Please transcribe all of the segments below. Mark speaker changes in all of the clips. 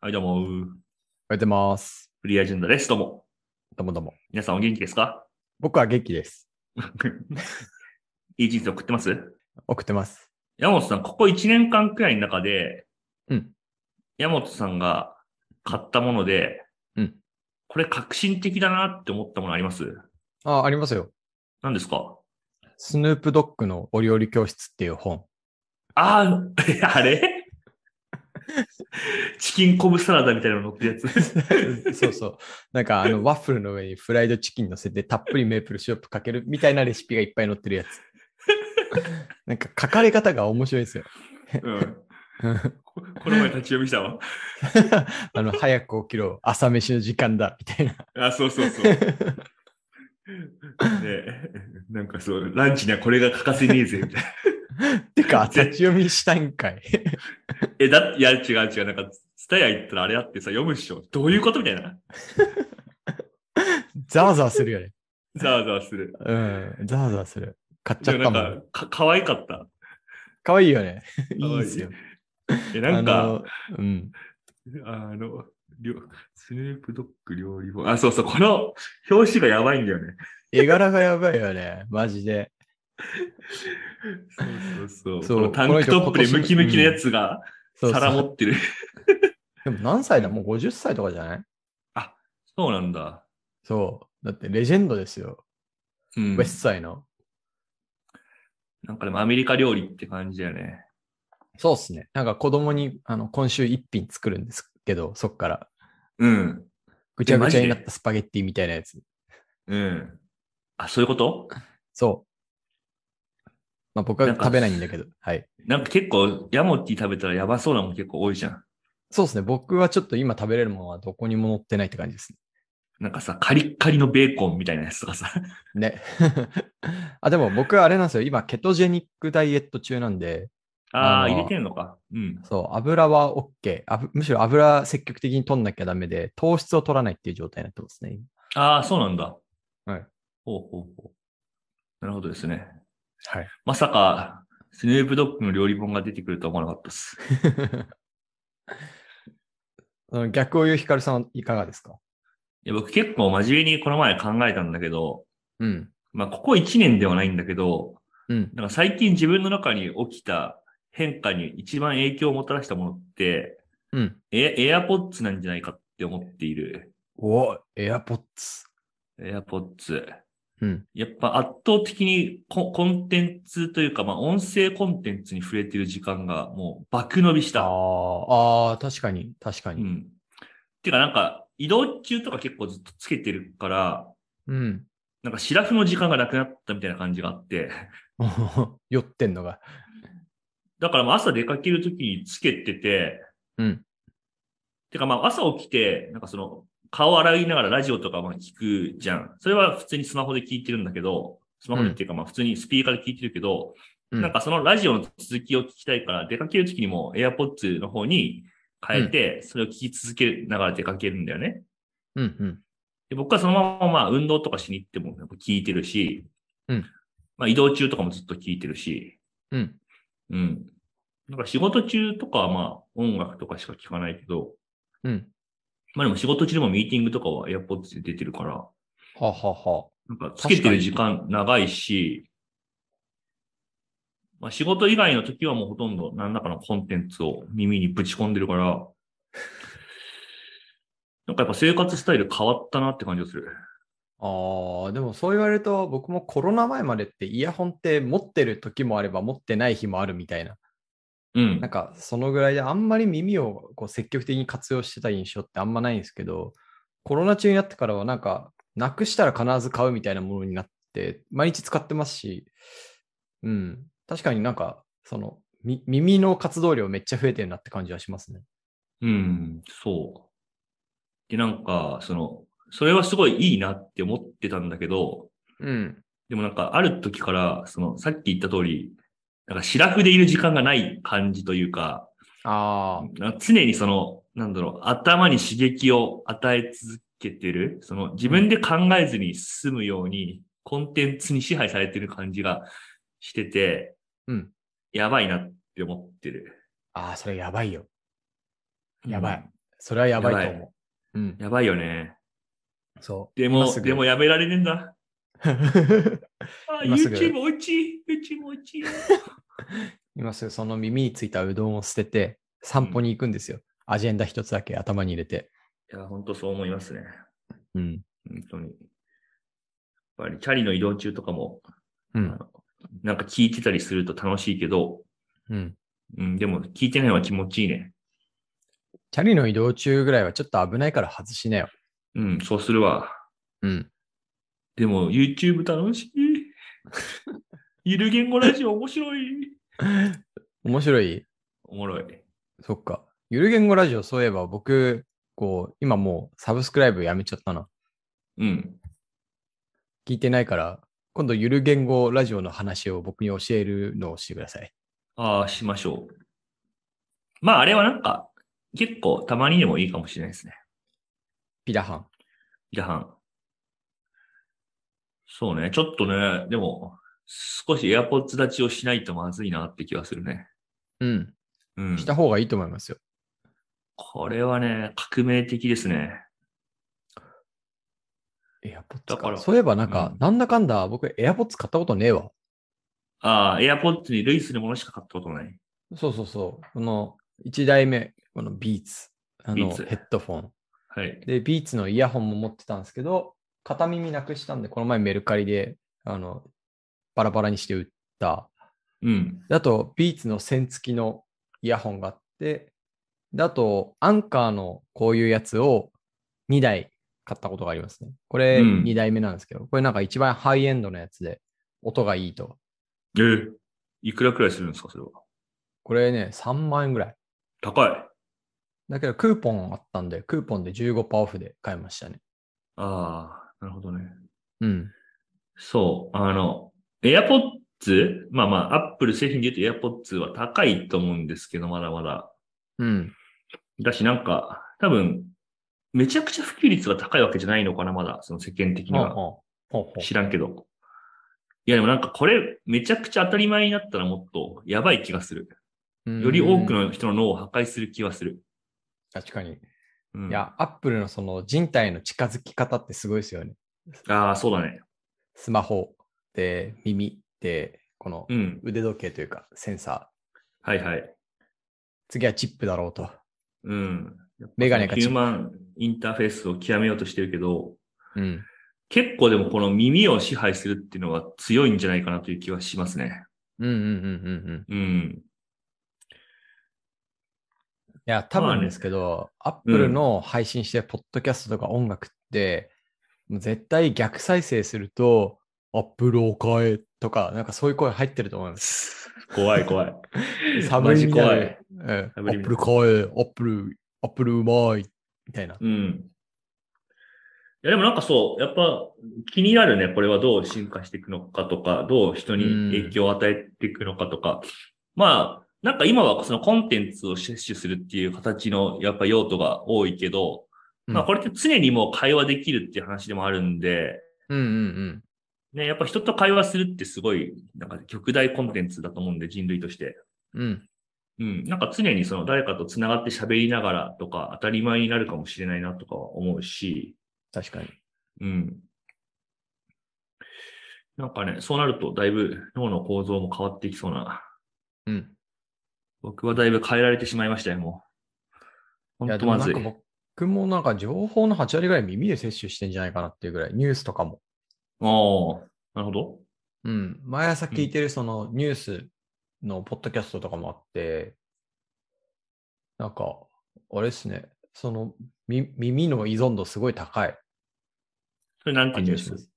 Speaker 1: はい、どうも。
Speaker 2: おはようございます。
Speaker 1: フリーアジェンダです。どうも。
Speaker 2: どうもどうも。
Speaker 1: 皆さんお元気ですか
Speaker 2: 僕は元気です。
Speaker 1: いい人生送ってます
Speaker 2: 送ってます。
Speaker 1: 山本さん、ここ1年間くらいの中で、
Speaker 2: うん
Speaker 1: 山本さんが買ったもので、
Speaker 2: うん
Speaker 1: これ革新的だなって思ったものあります
Speaker 2: あ、ありますよ。
Speaker 1: 何ですか
Speaker 2: スヌープドッグのお料理教室っていう本。
Speaker 1: あ あ、あれチキンコブサラダみたいなの乗ってるやつ。
Speaker 2: そうそう。なんかあ のワッフルの上にフライドチキン乗せてたっぷりメープルシロップかけるみたいなレシピがいっぱい載ってるやつ。なんか書かれ方が面白いですよ。
Speaker 1: うん。ここの前立ち読みしたわ。
Speaker 2: あの、早く起きろ、朝飯の時間だ、み たいな。
Speaker 1: あ、そうそうそう。ねなんかそう、ランチにはこれが欠かせねえぜ、みたいな。
Speaker 2: てか、立ち読みしたんかい。
Speaker 1: え、だって、いや、違う違う。なんか、ツタヤ行ったらあれあってさ、読むっしょ。どういうことみたいな。
Speaker 2: ざわざわするよね。
Speaker 1: ざわざわする。
Speaker 2: うん、ざわざわする。買っち
Speaker 1: で
Speaker 2: ゃった
Speaker 1: も
Speaker 2: も
Speaker 1: なん
Speaker 2: ん。
Speaker 1: か、か、可愛かった。
Speaker 2: かわいいよね。
Speaker 1: 可愛
Speaker 2: い
Speaker 1: い
Speaker 2: いですよ。
Speaker 1: え、なんか、
Speaker 2: あの、うん。
Speaker 1: あの、りょスヌープドッグ料理本。あ、そうそう、この表紙がやばいんだよね。
Speaker 2: 絵柄がやばいよね、マジで。
Speaker 1: そうそうそう。
Speaker 2: そう
Speaker 1: このタンクトップで
Speaker 2: この人
Speaker 1: ムキムキのやつが
Speaker 2: そう
Speaker 1: 皿
Speaker 2: そ
Speaker 1: 持
Speaker 2: う
Speaker 1: ってる。
Speaker 2: でも何歳だもう50歳とかじゃない
Speaker 1: そうなんだ。
Speaker 2: そう。だってレジェンドですよ。
Speaker 1: うん
Speaker 2: ウェ。スサイの。
Speaker 1: なんかでもアメリカ料理って感じだよね。
Speaker 2: そうっすね。なんか子供にあの今週一品作るんですけど、そっから。
Speaker 1: うん。
Speaker 2: ぐちゃぐちゃ
Speaker 1: えマジで
Speaker 2: になったスパゲッティみたいなやつ。
Speaker 1: うん。あ、そういうこと
Speaker 2: そう。まあ僕は
Speaker 1: なんか
Speaker 2: 食べないんだけど。はい。
Speaker 1: なんか結構、ヤモティ食べたらやばそうなもん結構多いじゃん。
Speaker 2: そうですね。僕はちょっと今食べれるものはどこにも載ってないって感じです
Speaker 1: なんかさ、カリッカリのベーコンみたいなやつとかさ。
Speaker 2: ね。 ね。あ、でも僕はあれなんですよ。今、ケトジェニックダイエット中なんで、
Speaker 1: ああ、
Speaker 2: あの
Speaker 1: 入れてんのか。うん。
Speaker 2: そう、油は OK。あぶむしろ油積極的に取んなきゃダメで、糖質を取らないっていう状態になってますね。
Speaker 1: ああ、そうなんだ。
Speaker 2: はい。
Speaker 1: ほうほうほう。なるほどですね。
Speaker 2: はい。
Speaker 1: まさか、スヌープドッグの料理本が出てくるとは思わなかったです。
Speaker 2: その逆を言うヒカルさんはいかがですか
Speaker 1: いや僕結構真面目にこの前考えたんだけど、
Speaker 2: うん。
Speaker 1: まあ、ここ1年ではないんだけど、
Speaker 2: うん。
Speaker 1: なんか最近自分の中に起きた変化に一番影響をもたらしたものって、
Speaker 2: うん。
Speaker 1: エエアポッツなんじゃないかって思っている。
Speaker 2: おエアポッツ。
Speaker 1: エアポッツ。
Speaker 2: うん。
Speaker 1: やっぱ圧倒的にココンテンツというか、まあ音声コンテンツに触れてる時間がもう爆伸びし
Speaker 2: あ
Speaker 1: た。
Speaker 2: あ、あー確かに、確か
Speaker 1: う
Speaker 2: に。
Speaker 1: ん。てかなんか移動中とか結構ずっとつけてるから、
Speaker 2: うん。
Speaker 1: なんかシラフの時間がなくなったみたいな感じがあって。
Speaker 2: 酔ってんのが。
Speaker 1: だからまあ朝出かけるときにつけてて、
Speaker 2: うん。
Speaker 1: てかまあ朝起きて、なんかその顔洗いながらラジオとかまあ聞くじゃん。それは普通にスマホで聞いてるんだけど、スマホでっていうかまあ普通にスピーカーで聞いてるけど、
Speaker 2: うん
Speaker 1: なんかそのラジオの続きを聞きたいから、出かけるときにも AirPods の方に変えて、それを聞き続けながら出かけるんだよね。
Speaker 2: うんうん。
Speaker 1: で僕はそのまままあ運動とかしに行ってもやっぱ聞いてるし、
Speaker 2: うん
Speaker 1: まあ移動中とかもずっと聞いてるし、
Speaker 2: うん。
Speaker 1: うん。なんか仕事中とかはまあ音楽とかしか聞かないけど、
Speaker 2: うん。
Speaker 1: まあでも仕事中でもミーティングとかは AirPods で出てるから、
Speaker 2: はあはあはあ。
Speaker 1: なんかつけてる時間長いし、まあ仕事以外の時はもうほとんど何らかのコンテンツを耳にぶち込んでるから、 なんかやっぱ生活スタイル変わったなって感じがする。
Speaker 2: ああ、でもそう言われると、僕もコロナ前までってイヤホンって持ってる時もあれば持ってない日もあるみたいな。
Speaker 1: うん
Speaker 2: なん。かそのぐらいであんまり耳をこう積極的に活用してた印象ってあんまないんですけど、コロナ中になってからはなんか、なくしたら必ず買うみたいなものになって、毎日使ってますし、うん、確かになんか、その、み耳の活動量めっちゃ増えてるなって感じはしますね。
Speaker 1: うん、そう。で、なんか、その、それはすごいいいなって思ってたんだけど、
Speaker 2: うん。
Speaker 1: でもなんかある時から、その、さっき言った通り、なんかシラフでいる時間がない感じというか、
Speaker 2: ああ、
Speaker 1: なんか常にその、なんだろう、頭に刺激を与え続けてる、その自分で考えずに進むように、コンテンツに支配されてる感じがしてて、
Speaker 2: うん。
Speaker 1: やばいなって思ってる。
Speaker 2: ああ、それやばいよ。やばい。それはやばい
Speaker 1: や
Speaker 2: と
Speaker 1: ば
Speaker 2: 思う。うん。
Speaker 1: やばいよね。
Speaker 2: そ
Speaker 1: で
Speaker 2: 今
Speaker 1: も、
Speaker 2: すぐ
Speaker 1: でもやめられねえんだ。
Speaker 2: う。
Speaker 1: あ、
Speaker 2: 今すぐ
Speaker 1: YouTube 落ち、YouTube 落ち。
Speaker 2: 今すぐその耳についたうどんを捨てて、散歩に行くんですよ。アジェンダ一つだけ頭に入れて。
Speaker 1: いや、本当そう思いますね。
Speaker 2: うん。
Speaker 1: 本当に。やっぱり、チャリの移動中とかも、
Speaker 2: う
Speaker 1: あ
Speaker 2: ん。
Speaker 1: のなんか聞いてたりすると楽しいけど、
Speaker 2: うん。
Speaker 1: うん、でも聞いてないのは気持ちいいね。
Speaker 2: チャリの移動中ぐらいはちょっと危ないから外しなよ。
Speaker 1: うん、そうするわ。
Speaker 2: うん。
Speaker 1: でも、YouTube 楽しい。 ゆる言語ラジオ面白い。
Speaker 2: 面白い
Speaker 1: おもろい。
Speaker 2: そっか。ゆる言語ラジオ、そういえば僕、こう、今もうサブスクライブやめちゃったな。
Speaker 1: うん。
Speaker 2: 聞いてないから、今度ゆる言語ラジオの話を僕に教えるのをしてください。
Speaker 1: ああ、しましょう。まあ、あれはなんか、結構たまにでもいいかもしれないですね。
Speaker 2: ピラハン。
Speaker 1: じゃあ、そうね。ちょっとね、でも、少し AirPods 立ちをしないとまずいなって気がするね。
Speaker 2: うん。
Speaker 1: うん。
Speaker 2: した方がいいと思いますよ。
Speaker 1: これはね、革命的ですね。
Speaker 2: エアポッツ
Speaker 1: だか
Speaker 2: からそういえばなんか、
Speaker 1: うん
Speaker 2: なんだかんだ僕エアポッツ買ったことねえわ。
Speaker 1: ああ、AirPods に類するものしか買ったことない。
Speaker 2: そうそうそう。この1代目、このビーツ。あの、
Speaker 1: Beats
Speaker 2: ヘッドフォン。
Speaker 1: はい。
Speaker 2: で、ビーツのイヤホンも持ってたんですけど、片耳なくしたんで、この前メルカリで、あの、バラバラにして売った。
Speaker 1: うん。
Speaker 2: であと、ビーツの線付きのイヤホンがあって、であと、アンカーのこういうやつを2台買ったことがありますね。これ
Speaker 1: うん
Speaker 2: 2台目なんですけど、これなんか一番ハイエンドのやつで、音がいいと。
Speaker 1: ええいくらくらいするんですか、それは。
Speaker 2: これね、3万円ぐらい。
Speaker 1: 高い。
Speaker 2: だけど、クーポンあったんで、クーポンで15%オフで買いましたね。
Speaker 1: ああ、なるほどね。
Speaker 2: うん。
Speaker 1: そう、あの、AirPods? まあまあ、Apple 製品で言うと AirPods は高いと思うんですけど、まだまだ。
Speaker 2: うん。
Speaker 1: だし、なんか、多分、めちゃくちゃ普及率が高いわけじゃないのかな、まだ、その世間的に
Speaker 2: ほう
Speaker 1: は。
Speaker 2: ほうほうほう
Speaker 1: 知らんけど。いや、でもなんかこれ、めちゃくちゃ当たり前になったらもっとやばい気がする。より多く
Speaker 2: うん
Speaker 1: の人の脳を破壊する気はする。
Speaker 2: 確かに。
Speaker 1: うん、
Speaker 2: いや、アップルのその人体の近づき方ってすごいですよね。
Speaker 1: ああ、そうだね。
Speaker 2: スマホで、耳で、この
Speaker 1: うん。
Speaker 2: 腕時計というかセンサー。
Speaker 1: はいはい。
Speaker 2: 次はチップだろうと。
Speaker 1: うん。
Speaker 2: メガネが
Speaker 1: ヒ
Speaker 2: チ
Speaker 1: ュー
Speaker 2: ップ。
Speaker 1: マンインターフェースを極めようとしてるけど、
Speaker 2: うん。
Speaker 1: 結構でもこの耳を支配するっていうのは強いんじゃないかなという気はしますね。
Speaker 2: うんうんうんうんうん。い
Speaker 1: うん。
Speaker 2: や、多
Speaker 1: まあ
Speaker 2: 分
Speaker 1: ね
Speaker 2: ですけど、アップルの配信してるポッドキャストとか音楽って、もう絶対逆再生すると、アップルを変えとか、なんかそういう声入ってると思います。
Speaker 1: 怖い怖い。
Speaker 2: サブ
Speaker 1: マ
Speaker 2: リ
Speaker 1: ジ
Speaker 2: ミナ
Speaker 1: 怖
Speaker 2: ル
Speaker 1: い。。
Speaker 2: うんア
Speaker 1: サブリミ
Speaker 2: ッ
Speaker 1: ナ
Speaker 2: プ
Speaker 1: ル
Speaker 2: ル変え、アップル、アップルうまい。みたいな。
Speaker 1: うん。いやでもなんかそう、やっぱ気になるね。これはどう進化していくのかとか、どう人に影響を与えていくのかとか。まあ、なんか今はそのコンテンツを摂取するっていう形のやっぱ用途が多いけど、まあ
Speaker 2: うん
Speaker 1: これって常にもう会話できるっていう話でもあるんで、
Speaker 2: うんうんうん。
Speaker 1: ね、やっぱ人と会話するってすごい、なんか極大コンテンツだと思うんで、人類として。
Speaker 2: うん。
Speaker 1: うん。なんか常にその誰かと繋がって喋りながらとか当たり前になるかもしれないなとかは思うし、
Speaker 2: 確かに。
Speaker 1: うん。なんかね、そうなるとだいぶ脳の構造も変わってきそうな。
Speaker 2: うん。
Speaker 1: 僕はだいぶ変えられてしまいましたよ、もう。ほ
Speaker 2: いや、
Speaker 1: ん
Speaker 2: で
Speaker 1: と
Speaker 2: も
Speaker 1: ま
Speaker 2: な
Speaker 1: ず
Speaker 2: ん
Speaker 1: い
Speaker 2: か。僕もなんか情報の8割ぐらい耳で摂取してんじゃないかなっていうぐらい、ニュースとかも。
Speaker 1: おーなるほど。
Speaker 2: うん。毎朝聞いてるそのニュースのポッドキャストとかもあって、なんか、あれですね、そのみ耳の依存度すごい高い
Speaker 1: それなんて
Speaker 2: 感
Speaker 1: ニュ
Speaker 2: じ
Speaker 1: ー
Speaker 2: がしま
Speaker 1: ス
Speaker 2: す。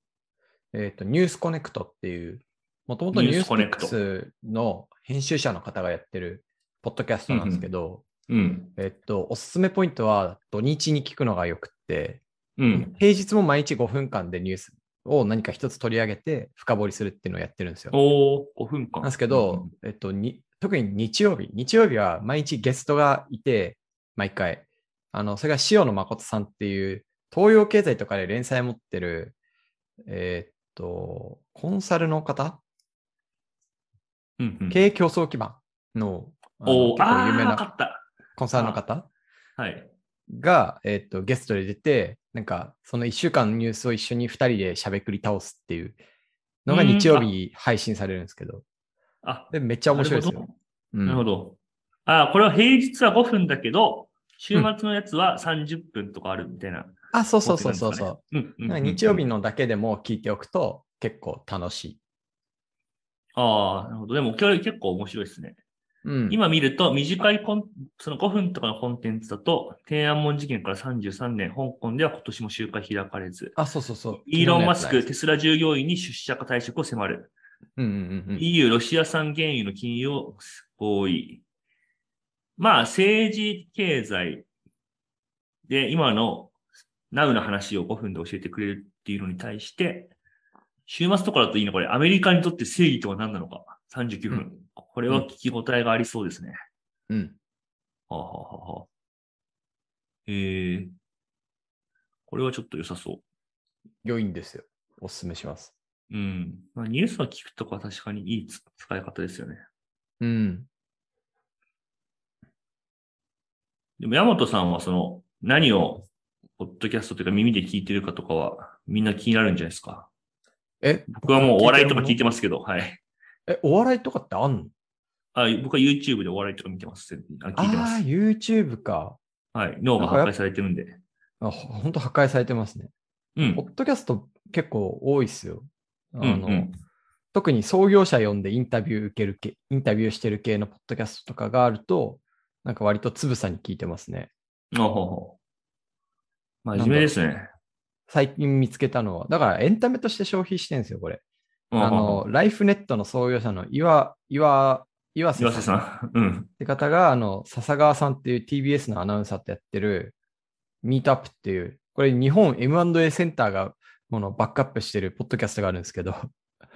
Speaker 2: えっ、と、ニュースコネクトっていう、もともとニ
Speaker 1: ニュ
Speaker 2: ュ
Speaker 1: ー
Speaker 2: ー
Speaker 1: スコネクト
Speaker 2: スコネクトの編集者の方がやってるポッドキャストなんですけど、
Speaker 1: うん。
Speaker 2: えっと、おすすめポイントは土日に聞くのがよくって、
Speaker 1: うん。
Speaker 2: 平日も毎日5分間でニュースを何か一つ取り上げて深掘りするっていうのをやってるんですよ。
Speaker 1: おー、5分間。
Speaker 2: なんですけど、えっと、に特に日曜日、日曜日は毎日ゲストがいて、毎回、あのそれが塩野誠さんっていう、東洋経済とかで連載持ってる、えっと、コンサルの方、
Speaker 1: うん、うんうん。
Speaker 2: 経営競争基盤のあの
Speaker 1: おー
Speaker 2: 結構有名
Speaker 1: あー、わか
Speaker 2: な
Speaker 1: った。
Speaker 2: コンサルの方
Speaker 1: はい。
Speaker 2: が、えっと、ゲストで出て、なんか、その1週間のニュースを一緒に2人でしゃべくり倒すっていうのが
Speaker 1: うん
Speaker 2: 日曜日配信されるんですけど、
Speaker 1: あ、
Speaker 2: でめっちゃ面白いですよ。うん
Speaker 1: なるほど。あ、これは平日は5分だけど、週末のやつは30分とかあるみたいな。
Speaker 2: あ、そうそうそうそうそ
Speaker 1: う
Speaker 2: う。
Speaker 1: んうん
Speaker 2: な
Speaker 1: うんん
Speaker 2: か日曜日のだけでも聞いておくと結構楽しい。
Speaker 1: ああ、なるほど。でも、今日結構面白いですね。
Speaker 2: うん、
Speaker 1: 今見ると、短いコン、その5分とかのコンテンツだと、天安門事件から33年、香港では今年も集会開かれず、
Speaker 2: あ、そうそうそう。
Speaker 1: イーロン・マス
Speaker 2: 昨
Speaker 1: ク、
Speaker 2: 日
Speaker 1: テスラ従業員に出社か退職を迫る。
Speaker 2: のやつだうんうんうんうん。
Speaker 1: EU、ロシア産原油の禁輸を合意。まあ、政治、経済で、今の、ナウの話を5分で教えてくれるっていうのに対して、週末とかだといいのこれ、アメリカにとって正義とは何なのか。39分。
Speaker 2: うん
Speaker 1: これは聞き応えがありそうですね。
Speaker 2: うん。
Speaker 1: はあ、はあはあはあ、えー、これはちょっと良さそう。
Speaker 2: 良いんですよ。おすすめします。
Speaker 1: うん。まあ、ニュースは聞くとか確かにいいつ使い方ですよね。
Speaker 2: うん。
Speaker 1: でも、山本さんはその、何を、ポッドキャストというか耳で聞いてるかとかは、みんな気になるんじゃないですか。
Speaker 2: え
Speaker 1: 僕はもうお笑いとか聞いて
Speaker 2: ま
Speaker 1: ますけど、はい。
Speaker 2: す。え、お笑いとかってあんの
Speaker 1: あ僕は YouTube でお笑いとか見てます。あ聞いてま
Speaker 2: ああ
Speaker 1: す
Speaker 2: ー、。YouTube か。
Speaker 1: はい。脳が破壊されてるんで。
Speaker 2: あほほんと破壊されてますね。
Speaker 1: うん
Speaker 2: ポ。ッドキャスト結構多いっすよ。あ
Speaker 1: うん
Speaker 2: の、
Speaker 1: うん
Speaker 2: 特に創業者呼んでインタビュー受ける系、インタビューしてる系のポッドキャストとかがあると、なんか割とつぶさに聞いてますね。
Speaker 1: あほうほう真面目ですね。
Speaker 2: 最近見つけたのは、だからエンタメとして消費してるんですよ、これ。あ
Speaker 1: あ
Speaker 2: の、ライフネットの創業者の岩、岩、岩瀬
Speaker 1: 岩
Speaker 2: さ
Speaker 1: 瀬
Speaker 2: ん
Speaker 1: さん。
Speaker 2: っ
Speaker 1: うん。
Speaker 2: て方が、あの、笹川さんっていう TBS のアナウンサーってやってる、ミートアップっていう、これ日本 M&A センターが、このバックアップしてるポッドキャストがあるんですけど、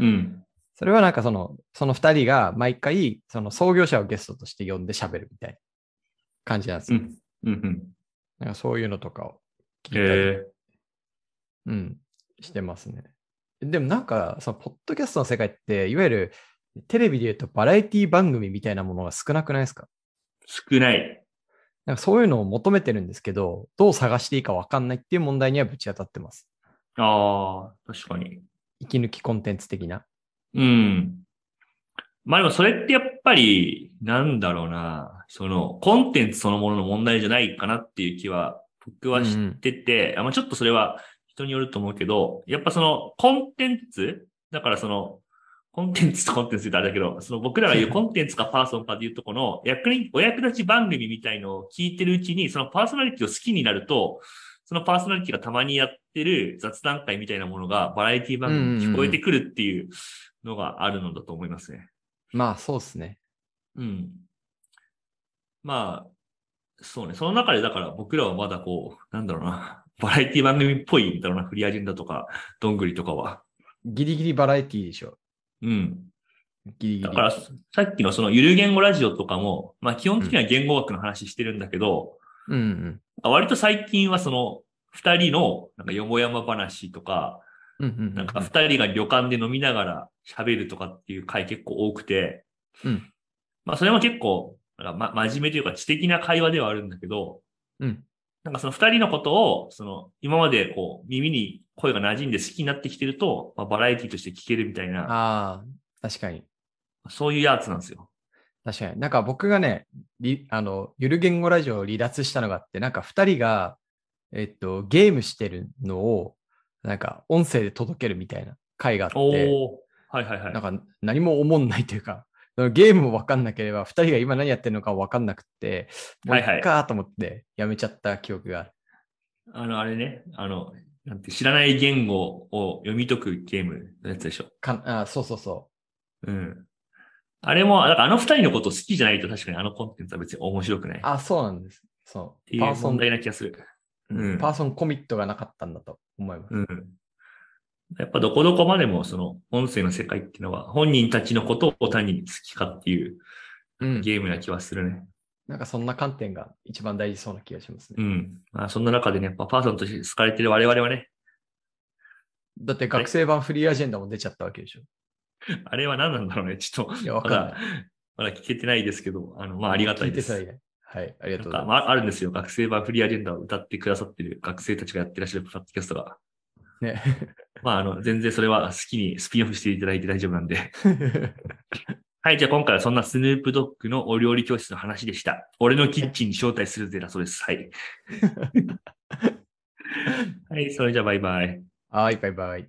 Speaker 1: うん。
Speaker 2: それはなんかその、その二人が毎回、その創業者をゲストとして呼んで喋るみたいな感じなんです
Speaker 1: う
Speaker 2: よ。
Speaker 1: ん。うん。うん。
Speaker 2: なんかそういうのとかを聞いたり、
Speaker 1: え
Speaker 2: うん、してますね。でもなんか、その、ポッドキャストの世界って、いわゆる、テレビで言うとバラエティ番組みたいなものが少なくないですか
Speaker 1: ー、少ない。
Speaker 2: なんかそういうのを求めてるんですけど、どう探していいかわかんないっていう問題にはぶち当たってます。
Speaker 1: ああ、確かに。
Speaker 2: 息抜きコンテンツ的な。
Speaker 1: うん。まあでもそれってやっぱり、なんだろうな、その、コンテンツそのものの問題じゃないかなっていう気は、僕は知ってて、あまあちょっとそれは人によると思うけど、やっぱその、コンテンツだからその、コンテンツとコンテンツってあれだけど、その僕らが言うコンテンツかパーソンかっていうとこの役に、お役立ち番組みたいのを聞いてるうちに、そのパーソナリティを好きになると、そのパーソナリティがたまにやってる雑談会みたいなものがバラエティ番組に聞こえてくるっていうのがあるのだと思いますね。
Speaker 2: まあ、そうですね。
Speaker 1: うん。まあ、そうね。その中でだから僕らはまだこう、なんだろうな。 バラエティ番組っぽいんだろうな。フリーアジェンダとか、どんぐりとかは。
Speaker 2: ギリギリバラエティでしょ。
Speaker 1: うん。
Speaker 2: ギリギリ。
Speaker 1: だから、さっきのそのゆる言語ラジオとかも、まあ基本的には言語学の話してるんだけど、
Speaker 2: うんうん。
Speaker 1: 割と最近はその、二人の、なんかよもやま話とか、
Speaker 2: うんうんうん。
Speaker 1: なんか二人が旅館で飲みながら喋るとかっていう回結構多くて、
Speaker 2: うん
Speaker 1: まあそれも結構、なんかま、真面目というか知的な会話ではあるんだけど、
Speaker 2: うん
Speaker 1: なんかその二人のことを、その今までこう耳に声が馴染んで好きになってきてると、まあ、バラエティとして聞けるみたいな、
Speaker 2: ああ、確かに。
Speaker 1: そういうやつなんですよ。
Speaker 2: 確かに。なんか僕がね、りあの、ゆる言語ラジオを離脱したのがあって、なんか二人が、えっと、ゲームしてるのを、なんか音声で届けるみたいな回があ
Speaker 1: お
Speaker 2: って、
Speaker 1: おはいはいはい。
Speaker 2: なんか何も思んないというか、そのゲームもわかんなければ、二人が今何やってるのかわかんなくって、もうい
Speaker 1: はいは
Speaker 2: っ
Speaker 1: い
Speaker 2: かと思ってやめちゃった記憶がある。
Speaker 1: あの、あれね、あの、なんて知らない言語を読み解くゲームのやつでしょ。
Speaker 2: かあそうそうそ。。
Speaker 1: うん。あれも、だからあの二人のこと好きじゃないと確かにあのコンテンツは別に面白くないう
Speaker 2: あ、そうなんです。そ
Speaker 1: って
Speaker 2: う。
Speaker 1: い
Speaker 2: パー
Speaker 1: う
Speaker 2: ソ
Speaker 1: 問
Speaker 2: ン、
Speaker 1: 題な気がする。うん
Speaker 2: パーソンコミットがなかったんだと思います。
Speaker 1: うん。やっぱどこどこまでもその音声の世界っていうのは本人たちのことを単に好きかっていう
Speaker 2: うん
Speaker 1: ゲームな気はするね。
Speaker 2: なんかそんな観点が一番大事そうな気がしますね。
Speaker 1: うん。まあそんな中でね、やっぱパーソンとして好かれてる我々はね、
Speaker 2: だって学生版フリーアジェンダも出ちゃったわけでしょ。
Speaker 1: あれは何なんだろうね。ちょっと、
Speaker 2: いや、わ
Speaker 1: ま
Speaker 2: かんない
Speaker 1: だ。、まだ聞けてないですけど、あの、まあありがたいです。
Speaker 2: 聞いてさえいないはい、あり
Speaker 1: なん
Speaker 2: がとうござ
Speaker 1: か、
Speaker 2: い
Speaker 1: ま
Speaker 2: ま
Speaker 1: あ、あるんですよ。学生版フリーアジェンダを歌ってくださってる学生たちがやってらっしゃるポッドキャストが。
Speaker 2: す。ね。
Speaker 1: まあ、あの、全然それは好きにスピンオフしていただいて大丈夫なん で。はい、じゃあ今回はそんなスヌープドッグのお料理教室の話でした。俺のキッチンに招待するぜだそうです。 はい。はい、それじゃあバイバイ。
Speaker 2: はい、バイバイ。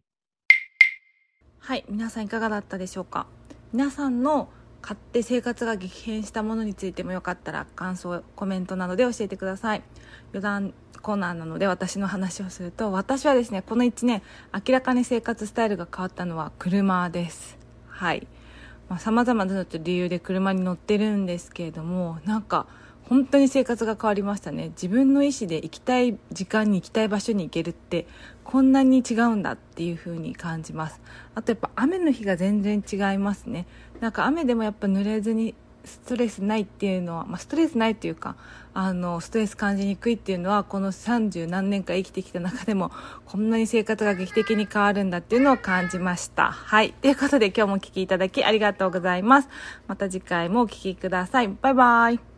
Speaker 3: はい皆さんいかがだったでしょうか皆さんの買って生活が激変したものについてもよかったら感想コメントなどで教えてください余談コーナーなので私の話をすると私はですねこの1年明らかに生活スタイルが変わったのは車ですはいさまざ、まな理由で車に乗ってるんですけれどもなんか本当に生活が変わりましたね自分の意思で行きたい時間に行きたい場所に行けるってこんなに違うんだっていう風に感じますあとやっぱ雨の日が全然違いますねなんか雨でもやっぱ濡れずにストレスないっていうのは、まあ、ストレスないというかあのストレス感じにくいっていうのはこの30何年間生きてきた中でもこんなに生活が劇的に変わるんだっていうのを感じましたはいということで今日もお聞きいただきありがとうございますまた次回もお聞きくださいバイバイ